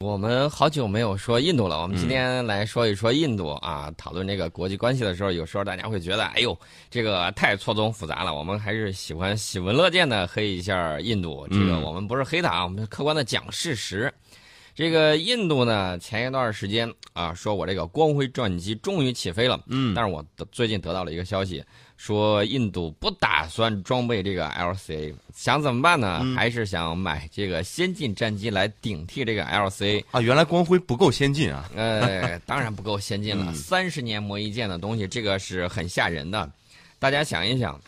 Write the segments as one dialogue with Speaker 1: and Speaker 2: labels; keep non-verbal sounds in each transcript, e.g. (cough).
Speaker 1: 我们好久没有说印度了，我们今
Speaker 2: 嗯
Speaker 1: 天来说一说印度啊。讨论这个国际关系的时候，有时候大家会觉得，哎呦，这个太错综复杂了。我们还是喜欢喜闻乐见的黑一下印度。这个
Speaker 2: 嗯
Speaker 1: 我们不是黑他啊，我们客观的讲事实。这个印度呢，前一段时间啊，说我这个光辉战机终于起飞了，
Speaker 2: 嗯
Speaker 1: 但是我得最近得到了一个消息，说印度不打算装备这个 LCA，想怎么办呢？还是想买这个先进战机来顶替这个 LCA？
Speaker 2: 啊，原来光辉不够先进啊。
Speaker 1: 呃，当然不够先进了，三十年磨一剑的东西，这个是很吓人的。大家想一想，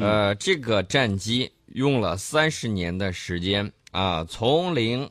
Speaker 1: 呃，这个战机用了三十年的时间啊、从零，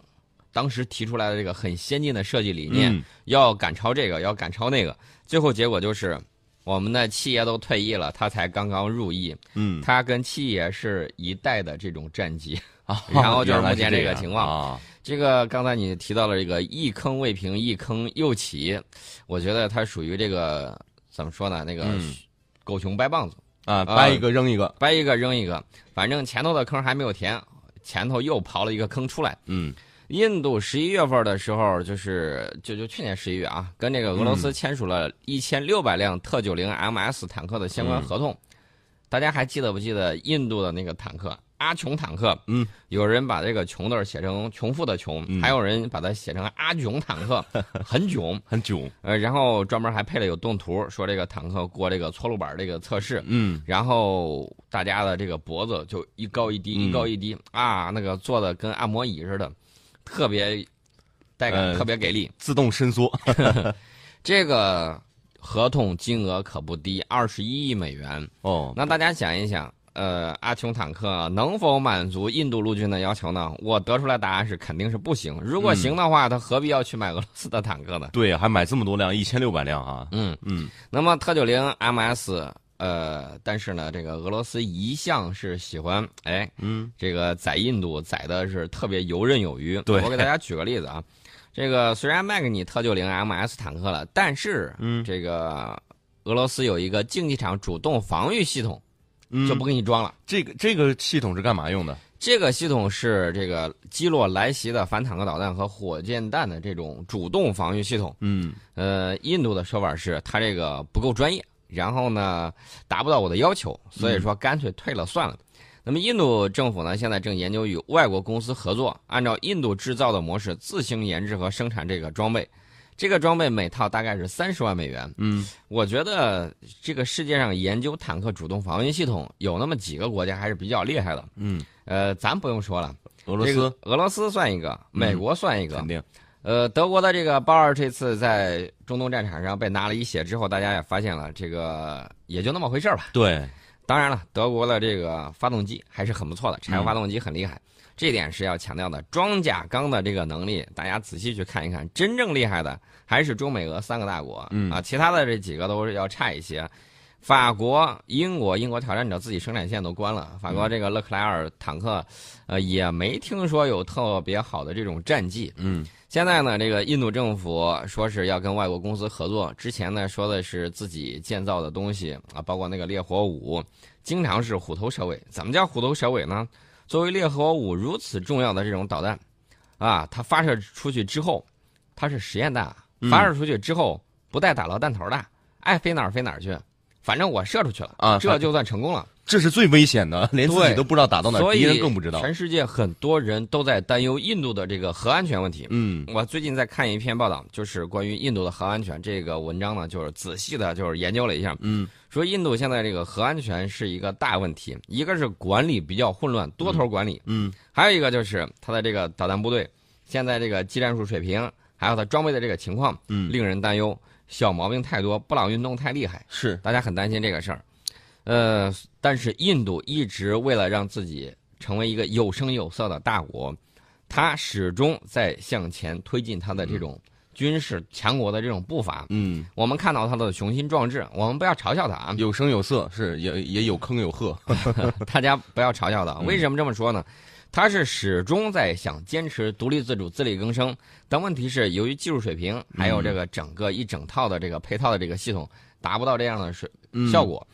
Speaker 1: 当时提出来的这个很先进的设计理念，
Speaker 2: 嗯
Speaker 1: 要赶超这个，要赶超那个，最后结果就是我们的七爷都退役了，他才刚刚入役，
Speaker 2: 嗯，
Speaker 1: 他跟七爷是一代的这种战机。
Speaker 2: 嗯
Speaker 1: 然后就是目前这个情况
Speaker 2: 啊。
Speaker 1: (laughs) 这个刚才你提到了这个一坑未平一坑又起，我觉得它属于这个怎么说呢？那个
Speaker 2: 嗯
Speaker 1: 狗熊掰棒子，
Speaker 2: 啊，
Speaker 1: 啊
Speaker 2: 掰一个扔一个。
Speaker 1: 掰一个扔一个，反正前头的坑还没有填，前头又刨了一个坑出来。
Speaker 2: 嗯
Speaker 1: 印度十一月份的时候，就是就就去年十一月啊，跟这个俄罗
Speaker 2: 嗯
Speaker 1: 斯签署了一千六百辆特九零 MS 坦克的相
Speaker 2: 嗯
Speaker 1: 关合同。大家还记得不记得印度的那个坦克阿琼坦克？
Speaker 2: 嗯，
Speaker 1: 有人把这个“穷”字儿写成穷富的“穷”，
Speaker 2: 嗯
Speaker 1: 还有人把它写成阿囧坦克，很囧。
Speaker 2: 很囧。
Speaker 1: 呃，然后专门还配了有动图，说这个坦克过这个搓路板儿这个测试。
Speaker 2: 嗯
Speaker 1: 然后大家的这个脖子就一高一低，
Speaker 2: 嗯
Speaker 1: 一高一低啊，那个做的跟按摩椅似的，特别带感，
Speaker 2: 呃
Speaker 1: 特别给力。
Speaker 2: 自动伸缩。
Speaker 1: 这个合同金额可不低，二十一亿美元。
Speaker 2: 哦，
Speaker 1: 那大家想一想，呃，阿琼坦克能否满足印度陆军的要求呢？我得出来答案是肯定是不行。如果行的话，他何必要去买俄罗斯的坦克呢？
Speaker 2: 对，啊还买这么多辆，一千六百辆啊。
Speaker 1: 嗯，
Speaker 2: 嗯
Speaker 1: 那么特九零 MS，呃，但是呢，这个俄罗斯一向是喜欢，哎，
Speaker 2: 嗯，
Speaker 1: 这个宰印度宰的是特别游刃有余。
Speaker 2: 对
Speaker 1: 我给大家举个例子
Speaker 2: (laughs)
Speaker 1: 啊，这个虽然卖给你特九零 MS 坦克了，但是，
Speaker 2: 嗯
Speaker 1: 这个俄罗斯有一个竞技场主动防御系统，
Speaker 2: 嗯
Speaker 1: 就不给嗯你装了。
Speaker 2: 这个这个系统是干嘛用的？
Speaker 1: 这个系统是这个击落来袭的反坦克导弹和火箭弹的这种主动防御系统。
Speaker 2: 嗯
Speaker 1: 呃，印度的说法是他这个不够专业，然后呢达不到我的要求，所
Speaker 2: 嗯
Speaker 1: 以说干脆退了算了。那么印度政府呢，现在正研究与外国公司合作，按照印度制造的模式自行研制和生产这个装备。这个装备每套大概是三十万美元。
Speaker 2: 嗯，
Speaker 1: 我觉得这个世界上研究坦克主动防御系统有那么几个国家还是比较厉害的。
Speaker 2: 嗯，
Speaker 1: 呃，咱不用说了，
Speaker 2: 俄罗
Speaker 1: 这个
Speaker 2: 斯嗯
Speaker 1: 俄罗斯算一个，美国算一个，
Speaker 2: 肯定。
Speaker 1: 呃，德国的这个豹二这次在中东战场上被拿了一血之后，大家也发现了这个也就那么回事儿吧。
Speaker 2: 对，
Speaker 1: 当然了，德国的这个发动机还是很不错的，柴油发动机很厉害，这点是要强调的。装甲钢的这个能力，大家仔细去看一看，真正厉害的还是中美俄三个大国、
Speaker 2: 嗯
Speaker 1: 啊，其他的这几个都是要差一些。法国、英国，英国挑战者自己生产线都关了。法
Speaker 2: 嗯
Speaker 1: 国这个勒克莱尔坦克，呃，也没听说有特别好的这种战绩。
Speaker 2: 嗯
Speaker 1: 现在呢，这个印度政府说是要跟外国公司合作，之前呢说的是自己建造的东西啊，包括那个烈火五，经常是虎头蛇尾。怎么叫虎头蛇尾呢？作为烈火五如此重要的这种导弹，啊，它发射出去之后，它是实验弹啊，
Speaker 2: 嗯
Speaker 1: 发射出去之后不带打捞弹头的，爱飞哪儿飞哪儿去，反正我射出去了，
Speaker 2: 啊，
Speaker 1: 这就算成功了。
Speaker 2: 这是最危险的，连自己
Speaker 1: 对
Speaker 2: 都不知道打到哪儿，
Speaker 1: 所以
Speaker 2: 敌人更不知道。
Speaker 1: 全世界很多人都在担忧印度的这个核安全问题。
Speaker 2: 嗯
Speaker 1: 我最近在看一篇报道，就是关于印度的核安全这个文章呢，就是仔细的就是研究了一下，
Speaker 2: 嗯
Speaker 1: 说印度现在这个核安全是一个大问题，一个是管理比较混乱，多头管理，
Speaker 2: 嗯
Speaker 1: 还有一个就是它的这个导弹部队现在这个技战术水平，还有它装备的这个情况，
Speaker 2: 嗯，
Speaker 1: 令人担忧，小毛病太多，布朗运动太厉害。
Speaker 2: 是
Speaker 1: 大家很担心这个事儿。呃，但是印度一直为了让自己成为一个有声有色的大国，它始终在向前推进它的这种军事强国的这种步伐。
Speaker 2: 嗯，
Speaker 1: 我们看到它的雄心壮志，我们不要嘲笑它啊，
Speaker 2: 有声有色，是也也有坑有壑。
Speaker 1: 大家不要嘲笑它。
Speaker 2: 嗯
Speaker 1: 为什么这么说呢？它是始终在想坚持独立自主、自力更生，但问题是，由于技术水平
Speaker 2: 嗯
Speaker 1: 还有这个整个一整套的这个配套的这个系统达不到这样的水
Speaker 2: 嗯
Speaker 1: 效果。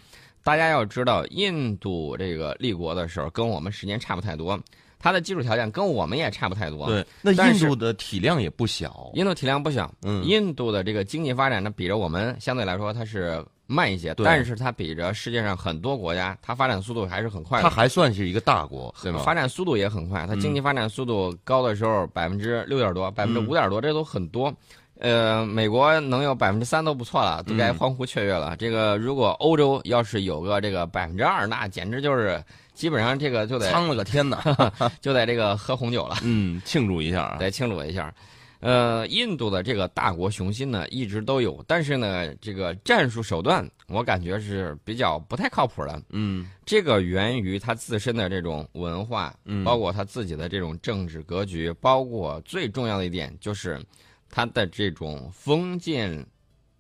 Speaker 1: 大家要知道，印度这个立国的时候跟我们时间差不太多，它的基础条件跟我们也差不太多。，
Speaker 2: 对，那
Speaker 1: 啊但
Speaker 2: 印
Speaker 1: 是
Speaker 2: 度的体量也不小，
Speaker 1: 印度体量不小，
Speaker 2: 嗯
Speaker 1: 印度的这个经济发展呢，比着我们相对来说它是慢一些，
Speaker 2: 对
Speaker 1: 但是它比着世界上很多国家，它发展速度还是很快的
Speaker 2: 它。还算是一个大国，对吗？嗯
Speaker 1: 发展速度也很快，它经济发展速度高的时候百分之六点多，百分之五点多，这都很多。呃，美国能有百分之三都不错了，
Speaker 2: 嗯
Speaker 1: 都该欢呼雀跃了。这个如果欧洲要是有个这个百分之二，那简直就是基本上这个就得
Speaker 2: 苍了个天呐！
Speaker 1: 就得这个喝红酒了，
Speaker 2: (laughs) 嗯，庆祝一下啊！
Speaker 1: 得庆祝一下。呃，印度的这个大国雄心呢一直都有，但是呢，这个战术手段我感觉是比较不太靠谱的。
Speaker 2: 嗯
Speaker 1: 这个源于它自身的这种文化，
Speaker 2: 嗯
Speaker 1: 包括它自己的这种政治格局，包括最重要的一点就是它的这种封建、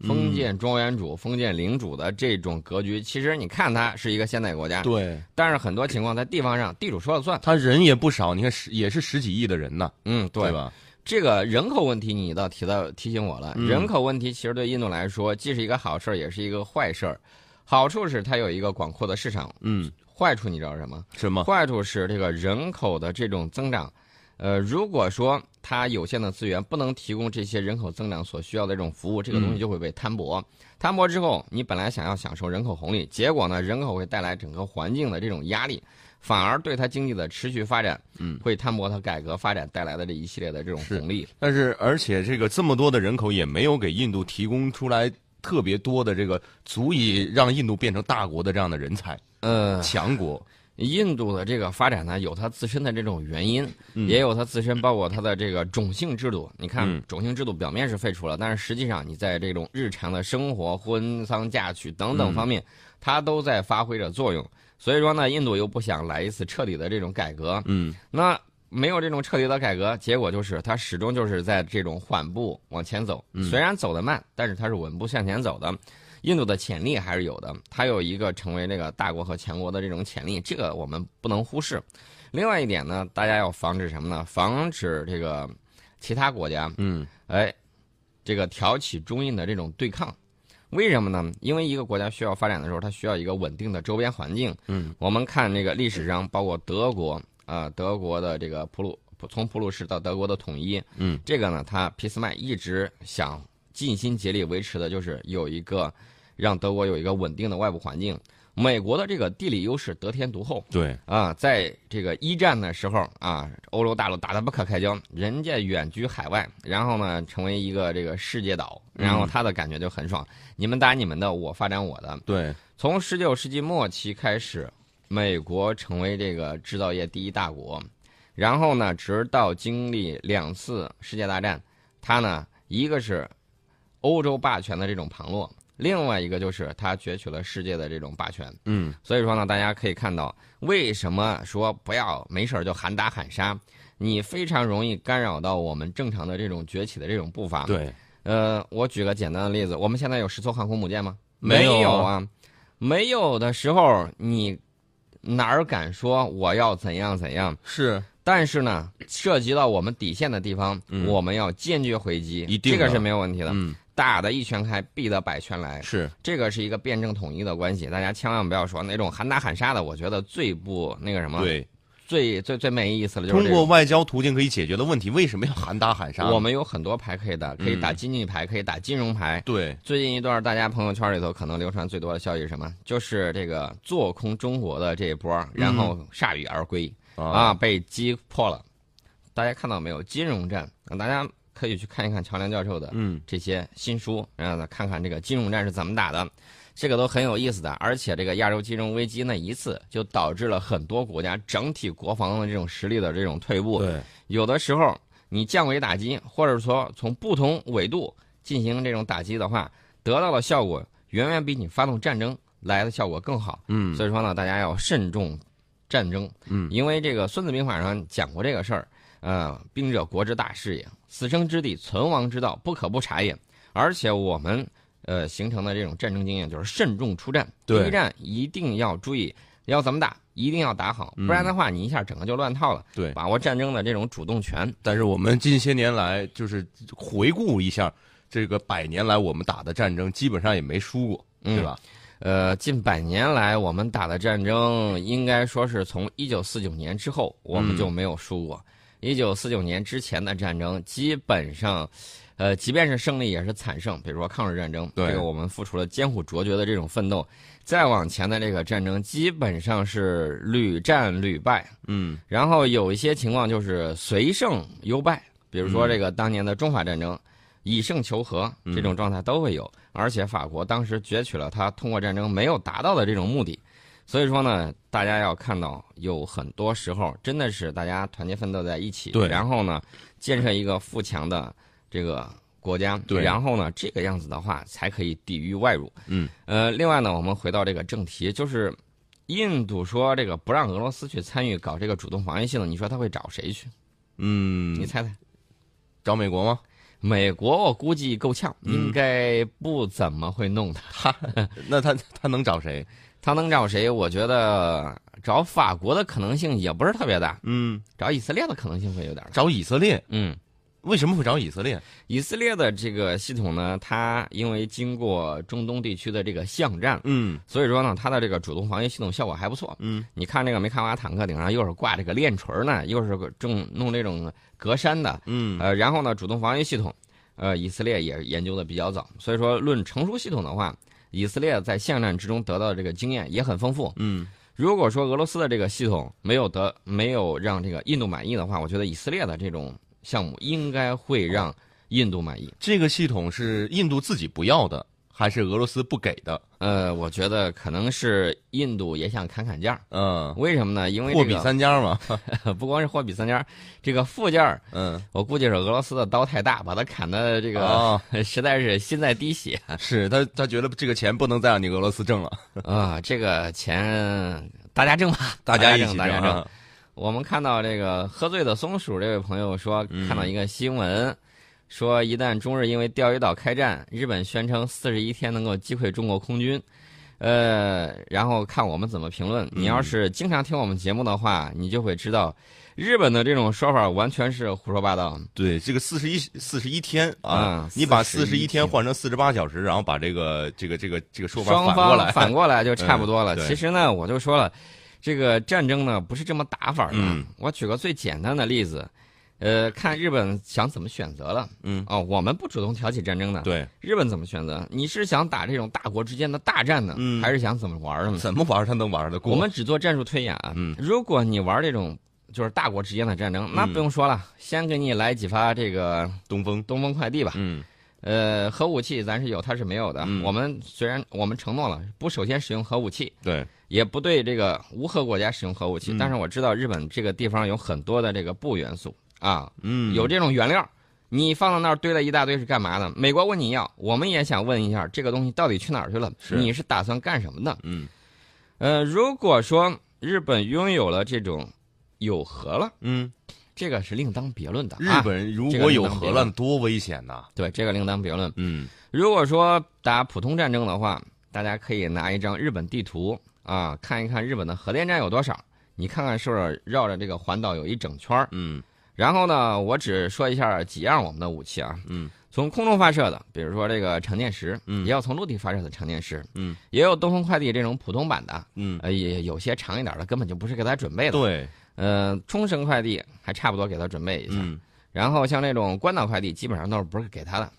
Speaker 1: 封建庄园
Speaker 2: 嗯
Speaker 1: 主、封建领主的这种格局。其实你看，它是一个现代国家，
Speaker 2: 对，
Speaker 1: 但是很多情况在地方上地主说了算。
Speaker 2: 他人也不少，你看十也是十几亿的人呢，
Speaker 1: 嗯，
Speaker 2: 对？吧？
Speaker 1: 这个人口问题你倒提到提醒我了，
Speaker 2: 嗯
Speaker 1: 人口问题其实对印度来说既是一个好事儿，也是一个坏事儿。好处是它有一个广阔的市场，
Speaker 2: 嗯，
Speaker 1: 坏处你知道是什么？
Speaker 2: 什么？
Speaker 1: 坏处是这个人口的这种增长，呃，如果说它有限的资源不能提供这些人口增长所需要的这种服务，这个东西就会被摊薄。摊薄之后，你本来想要享受人口红利，结果呢，人口会带来整个环境的这种压力，反而对它经济的持续发展，嗯，会摊薄它改革发展带来的这一系列的这种
Speaker 2: 是
Speaker 1: 红利。
Speaker 2: 但是而且这个这么多的人口也没有给印度提供出来特别多的这个足以让印度变成大国的这样的人才，
Speaker 1: 呃，
Speaker 2: 强国。
Speaker 1: 印度的这个发展呢，有它自身的这种原因，
Speaker 2: 嗯
Speaker 1: 也有它自身包括它的这个种姓制度。你看
Speaker 2: 嗯，
Speaker 1: 种姓制度表面是废除了，但是实际上你在这种日常的生活、婚丧嫁娶等等方面，
Speaker 2: 嗯
Speaker 1: 它都在发挥着作用。所以说呢，印度又不想来一次彻底的这种改革，
Speaker 2: 嗯，
Speaker 1: 那没有这种彻底的改革，结果就是它始终就是在这种缓步往前走，
Speaker 2: 嗯
Speaker 1: 虽然走得慢，但是它是稳步向前走的。印度的潜力还是有的，它有一个成为这个大国和强国的这种潜力，这个我们不能忽视。另外一点呢，大家要防止什么呢？防止这个其他国家，
Speaker 2: 嗯，
Speaker 1: 哎，这个挑起中印的这种对抗。为什么呢？因为一个国家需要发展的时候，它需要一个稳定的周边环境。
Speaker 2: 嗯，
Speaker 1: 我们看这个历史上，包括德国啊、德国的这个普鲁，从普鲁士到德国的统一，
Speaker 2: 嗯，
Speaker 1: 这个呢，他俾斯麦一直想尽心竭力维持的就是有一个让德国有一个稳定的外部环境。美国的这个地理优势得天独厚，
Speaker 2: 对，
Speaker 1: 啊，在这个一战的时候啊，欧洲大陆打得不可开交，人家远居海外，然后呢，成为一个这个世界岛，然后他的感觉就很爽，你们打你们的，我发展我的。
Speaker 2: 对，
Speaker 1: 从十九世纪末期开始，美国成为这个制造业第一大国，然后呢，直到经历两次世界大战，它呢，一个是欧洲霸权的这种旁落，另外一个就是它攫取了世界的这种霸权。
Speaker 2: 嗯，
Speaker 1: 所以说呢，大家可以看到，为什么说不要没事儿就喊打喊杀？你非常容易干扰到我们正常的这种崛起的这种步伐。，
Speaker 2: 对，
Speaker 1: 呃，我举个简单的例子，我们现在有十艘航空母舰吗？
Speaker 2: 没有
Speaker 1: 有啊，没有的时候，你哪儿敢说我要怎样怎样？
Speaker 2: 是，
Speaker 1: 但是呢，涉及到我们底线的地方，
Speaker 2: 嗯
Speaker 1: 我们要坚决回击，
Speaker 2: 一定
Speaker 1: 这个
Speaker 2: 的
Speaker 1: 是没有问题的。
Speaker 2: 嗯，
Speaker 1: 打的一拳开，必得百拳来。
Speaker 2: 是，
Speaker 1: 这个是一个辩证统一的关系，大家千万不要说那种喊打喊杀的，我觉得最不那个什么，
Speaker 2: 对，
Speaker 1: 最最最没意思了，就是
Speaker 2: 通
Speaker 1: 这
Speaker 2: 过
Speaker 1: 种。
Speaker 2: 外交途径可以解决的问题，为什么要喊打喊杀呢？嗯
Speaker 1: 我们有很多牌可以打，可以打经济牌，可以打金融牌。
Speaker 2: 对，
Speaker 1: 最近一段，大家朋友圈里头可能流传最多的消息是什么？就是这个做空中国的这一波，然后
Speaker 2: 嗯
Speaker 1: 铩羽而归、
Speaker 2: 哦
Speaker 1: 啊，，被击破了。大家看到没有？金融战，大家可以去看一看乔梁教授的
Speaker 2: 嗯，
Speaker 1: 这些新书，然后呢，看看这个金融战是怎么打的，这个都很有意思的。而且这个亚洲金融危机那一次，就导致了很多国家整体国防的这种实力的这种退步。
Speaker 2: 对，
Speaker 1: 有的时候你降维打击，或者说从不同纬度进行这种打击的话，得到的效果远远比你发动战争来的效果更好。
Speaker 2: 嗯，
Speaker 1: 所以说呢，大家要慎重战争。
Speaker 2: 嗯，
Speaker 1: 因为这个《孙子兵法》上讲过这个事儿。呃，兵者，国之大事也。死生之地，存亡之道，不可不察也。而且我们呃形成的这种战争经验就是慎重出战，第
Speaker 2: 对
Speaker 1: 一战一定要注意要怎么打，一定要打好，
Speaker 2: 嗯
Speaker 1: 不然的话你一下整个就乱套了。
Speaker 2: 对。
Speaker 1: 把握战争的这种主动权，
Speaker 2: 但是我们近些年来，就是回顾一下这个百年来我们打的战争，基本上也没输过，
Speaker 1: 嗯
Speaker 2: 对吧？
Speaker 1: 呃，近百年来我们打的战争，应该说是从一九四九年之后我们就没有输过。一九四九年之前的战争，基本上，呃，即便是胜利也是惨胜，比如说抗日战争，
Speaker 2: 对
Speaker 1: 这个我们付出了艰苦卓绝的这种奋斗。再往前的这个战争，基本上是屡战屡败，
Speaker 2: 嗯
Speaker 1: 然后有一些情况就是随胜犹败，比如说这个当年的中法战争，以胜求和这种状态都会有。而且法国当时攫取了他通过战争没有达到的这种目的，所以说呢，大家要看到有很多时候真的是大家团结奋斗在一起，
Speaker 2: 对
Speaker 1: 然后呢，建设一个富强的这个国家，
Speaker 2: 对
Speaker 1: 然后呢，这个样子的话才可以抵御外辱。
Speaker 2: 嗯，
Speaker 1: 呃，另外呢，我们回到这个正题，就是印度说这个不让俄罗斯去参与搞这个主动防御系统，你说他会找谁去？你
Speaker 2: 嗯，
Speaker 1: 猜猜？
Speaker 2: 找美国吗？
Speaker 1: 美国我估计够呛，
Speaker 2: 嗯
Speaker 1: 应该不怎么会弄的。
Speaker 2: 那他他能找谁？
Speaker 1: 他能找谁？我觉得找法国的可能性也不是特别大，
Speaker 2: 嗯，
Speaker 1: 找以色列的可能性会有点大。
Speaker 2: 找以色列。
Speaker 1: 嗯，
Speaker 2: 为什么会找以色列？
Speaker 1: 以色列的这个系统呢，它因为经过中东地区的这个巷战，
Speaker 2: 嗯
Speaker 1: 所以说呢，它的这个主动防御系统效果还不错。
Speaker 2: 嗯，
Speaker 1: 你看这个梅卡瓦坦克顶上又是挂这个链锤儿呢，又是个正弄这种格栅的，
Speaker 2: 嗯
Speaker 1: 呃，然后呢，主动防御系统，呃，以色列也研究的比较早，所以说论成熟系统的话，以色列在巷战之中得到的这个经验也很丰富。
Speaker 2: 嗯，
Speaker 1: 如果说俄罗斯的这个系统没有得没有让这个印度满意的话，我觉得以色列的这种项目应该会让印度满意。
Speaker 2: 这个系统是印度自己不要的，还是俄罗斯不给的？
Speaker 1: 呃，我觉得可能是印度也想砍砍价儿，
Speaker 2: 嗯，
Speaker 1: 为什么呢？因为
Speaker 2: 货
Speaker 1: 这
Speaker 2: 比
Speaker 1: 个
Speaker 2: 三家嘛。
Speaker 1: 不光是货比三家，这个附件儿，
Speaker 2: 嗯，
Speaker 1: 我估计是俄罗斯的刀太大，把他砍的这个、
Speaker 2: 啊，
Speaker 1: (laughs) 实在是心在滴血
Speaker 2: 是他他觉得这个钱不能再让你俄罗斯挣了，
Speaker 1: 啊、这个钱大家挣吧，
Speaker 2: 大
Speaker 1: 家
Speaker 2: 家一
Speaker 1: 挣，
Speaker 2: 起
Speaker 1: 大家
Speaker 2: 挣
Speaker 1: 挣。
Speaker 2: 啊。
Speaker 1: 我们看到这个喝醉的松鼠这位朋友说，
Speaker 2: 嗯
Speaker 1: 看到一个新闻。说，一旦中日因为钓鱼岛开战，日本宣称四十一天能够击溃中国空军，呃，然后看我们怎么评论。你要是经常听我们节目的话，你就会知道，日本的这种说法完全是胡说八道。
Speaker 2: 对，这个四十一四十一天啊
Speaker 1: 嗯，
Speaker 2: 你把
Speaker 1: 41
Speaker 2: 四十一天换成四十八小时，然后把这个这个这个这个说法
Speaker 1: 双
Speaker 2: 反过
Speaker 1: 方
Speaker 2: 来。
Speaker 1: (laughs) 反过来就差不多了。
Speaker 2: 嗯对
Speaker 1: 其实呢，我就说了，这个战争呢不是这么打法的。
Speaker 2: 嗯
Speaker 1: 我举个最简单的例子，呃，看日本想怎么选择了。
Speaker 2: 嗯，
Speaker 1: 哦，我们不主动挑起战争的，
Speaker 2: 对，
Speaker 1: 日本怎么选择？你是想打这种大国之间的大战呢，
Speaker 2: 嗯
Speaker 1: 还是想怎么玩呢？
Speaker 2: 怎么玩他能玩得 (laughs) 过？
Speaker 1: 我们只做战术推演啊。
Speaker 2: 嗯
Speaker 1: 如果你玩这种就是大国之间的战争，那不用说了，先给你来几发这个
Speaker 2: 东风，
Speaker 1: 东风快递吧。
Speaker 2: 嗯
Speaker 1: 呃，核武器咱是有，它是没有的。
Speaker 2: 嗯
Speaker 1: 我们虽然我们承诺了不首先使用核武器，
Speaker 2: 对，
Speaker 1: 也不对这个无核国家使用核武器，
Speaker 2: 嗯
Speaker 1: 但是我知道日本这个地方有很多的这个钚元素啊，
Speaker 2: 嗯
Speaker 1: 有这种原料，你放到那儿堆了一大堆是干嘛的？美国问你要，我们也想问一下这个东西到底去哪儿去了？
Speaker 2: 是
Speaker 1: 你是打算干什么的？
Speaker 2: 嗯
Speaker 1: 呃，如果说日本拥有了这种有核了，
Speaker 2: 嗯，
Speaker 1: 这个是另当别论的
Speaker 2: 日
Speaker 1: 啊。
Speaker 2: 本如
Speaker 1: 这
Speaker 2: 果
Speaker 1: 个
Speaker 2: 有
Speaker 1: 能
Speaker 2: 核
Speaker 1: 别
Speaker 2: 弹，
Speaker 1: 问
Speaker 2: 多危险呐！
Speaker 1: 对，这个另当别论。
Speaker 2: 嗯
Speaker 1: 如果说打普通战争的话，大家可以拿一张日本地图啊，看一看日本的核电站有多少。你看看是不是绕着这个环岛有一整圈儿？
Speaker 2: 嗯
Speaker 1: 然后呢，我只说一下几样我们的武器啊。
Speaker 2: 嗯，
Speaker 1: 从空中发射的，比如说这个长箭石，
Speaker 2: 嗯
Speaker 1: 也有从陆地发射的长箭石，
Speaker 2: 嗯，
Speaker 1: 也有东风快递这种普通版的，
Speaker 2: 嗯，
Speaker 1: 呃，也有些长一点的根本就不是给他准备的。
Speaker 2: 对，
Speaker 1: 呃，冲绳快递还差不多给他准备一下。
Speaker 2: 嗯
Speaker 1: 然后像那种关岛快递，基本上都是不是给他的。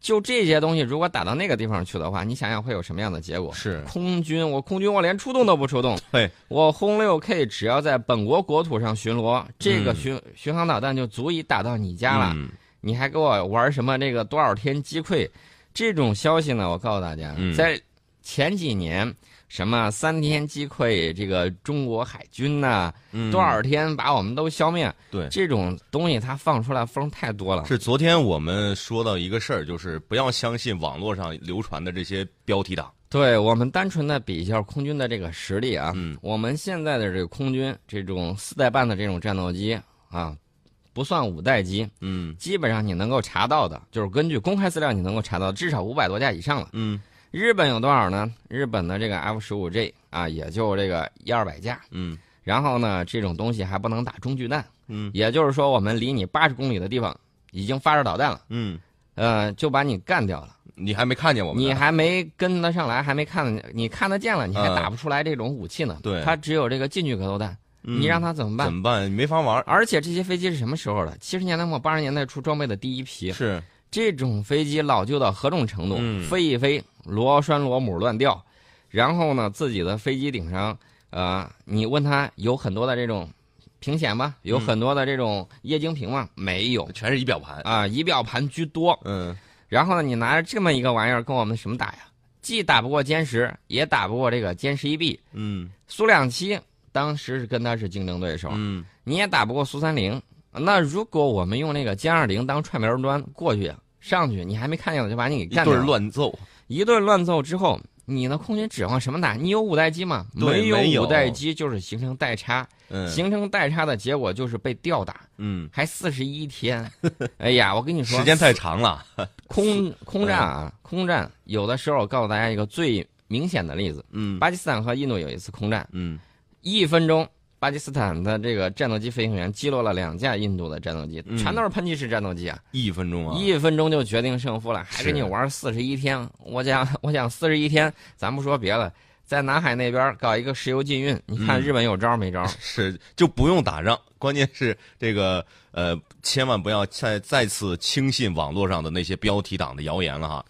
Speaker 1: 就这些东西，如果打到那个地方去的话，你想想会有什么样的结果？
Speaker 2: 是，
Speaker 1: 空军，
Speaker 2: (laughs)
Speaker 1: 我空军我连出动都不出动，
Speaker 2: 对，
Speaker 1: 我轰六 K 只要在本国国土上巡逻，这个巡、巡航导弹就足以打到你家了。
Speaker 2: 嗯
Speaker 1: 你还给我玩什么这个多少天击溃？这种消息呢，我告诉大家，
Speaker 2: 嗯
Speaker 1: 在前几年，什么三天击溃这个中国海军呐、
Speaker 2: 嗯
Speaker 1: 多少天把我们都消灭？
Speaker 2: 对。
Speaker 1: 这种东西它放出来风太多了。
Speaker 2: 是昨天我们说到一个事儿，就是不要相信网络上流传的这些标题党。
Speaker 1: 对我们单纯的比一下空军的这个实力啊，
Speaker 2: 嗯
Speaker 1: 我们现在的这个空军这种四代半的这种战斗机啊，不算五代机，
Speaker 2: 嗯
Speaker 1: 基本上你能够查到的，就是根据公开资料你能够查到至少五百多架以上了。
Speaker 2: 嗯
Speaker 1: 日本有多少呢？日本的这个 F 十五 G 啊，也就这个一二百架。
Speaker 2: 嗯
Speaker 1: 然后呢，这种东西还不能打中距弹，
Speaker 2: 嗯
Speaker 1: 也就是说，我们离你八十公里的地方已经发射导弹了。
Speaker 2: 嗯
Speaker 1: 呃，就把你干掉了。
Speaker 2: 你还没看见我们呢？
Speaker 1: 你还没跟得上来，还没看，你看得见了，你还打不出来这种武器呢。
Speaker 2: 嗯对
Speaker 1: 它只有这个近距格斗弹，
Speaker 2: 嗯
Speaker 1: 你让它怎么办
Speaker 2: 怎？么办？没法玩儿。
Speaker 1: 而且这些飞机是什么时候的？七十年代末八十年代初装备的第一批。
Speaker 2: 是，
Speaker 1: 这种飞机老旧到何种程度？
Speaker 2: 嗯
Speaker 1: 飞一飞，螺栓螺母乱掉，然后呢，自己的飞机顶上，呃，你问他有很多的这种屏显吗？
Speaker 2: 嗯
Speaker 1: 有很多的这种液晶屏吗？没有
Speaker 2: 全是仪表盘。
Speaker 1: 啊、仪表盘居多。
Speaker 2: 嗯，
Speaker 1: 然后呢，你拿着这么一个玩意儿跟我们什么打呀？既打不过歼十，也打不过这个歼十一 B。
Speaker 2: 嗯
Speaker 1: 苏两七当时是跟他是竞争对手，
Speaker 2: 嗯，
Speaker 1: 你也打不过苏三零。那如果我们用那个歼二零当串门砖过去啊上去，你还没看见我就把你给
Speaker 2: 一
Speaker 1: 干掉
Speaker 2: 顿
Speaker 1: 了，
Speaker 2: 乱揍，
Speaker 1: 一顿乱揍之后，你的空军指望什么打？你有五代机吗？
Speaker 2: 对没
Speaker 1: 有
Speaker 2: 有
Speaker 1: 五代机就是形成代差，
Speaker 2: 嗯
Speaker 1: 形成代差的结果就是被吊打，
Speaker 2: 嗯，
Speaker 1: 还四十一
Speaker 2: (laughs)
Speaker 1: 天。哎呀，我跟你说，
Speaker 2: 时间太长了，
Speaker 1: 空空战
Speaker 2: 嗯
Speaker 1: 啊，空战有的时候我告诉大家一个最明显的例子：
Speaker 2: 嗯
Speaker 1: 巴基斯坦和印度有一次空战，
Speaker 2: 嗯
Speaker 1: 一分钟，巴基斯坦的这个战斗机飞行员击落了两架印度的战斗机，
Speaker 2: 嗯
Speaker 1: 全都是喷气式战斗机啊，
Speaker 2: 一分钟啊，
Speaker 1: 一分钟就决定胜负了，还
Speaker 2: 是
Speaker 1: 跟你玩四十一天。我想， (laughs) 我想四十一天，咱不说别的，在南海那边搞一个石油禁运，你看
Speaker 2: 嗯
Speaker 1: 日本有招没招？
Speaker 2: 是就不用打仗，关键是这个呃，千万不要再再次轻信网络上的那些标题党的谣言了哈。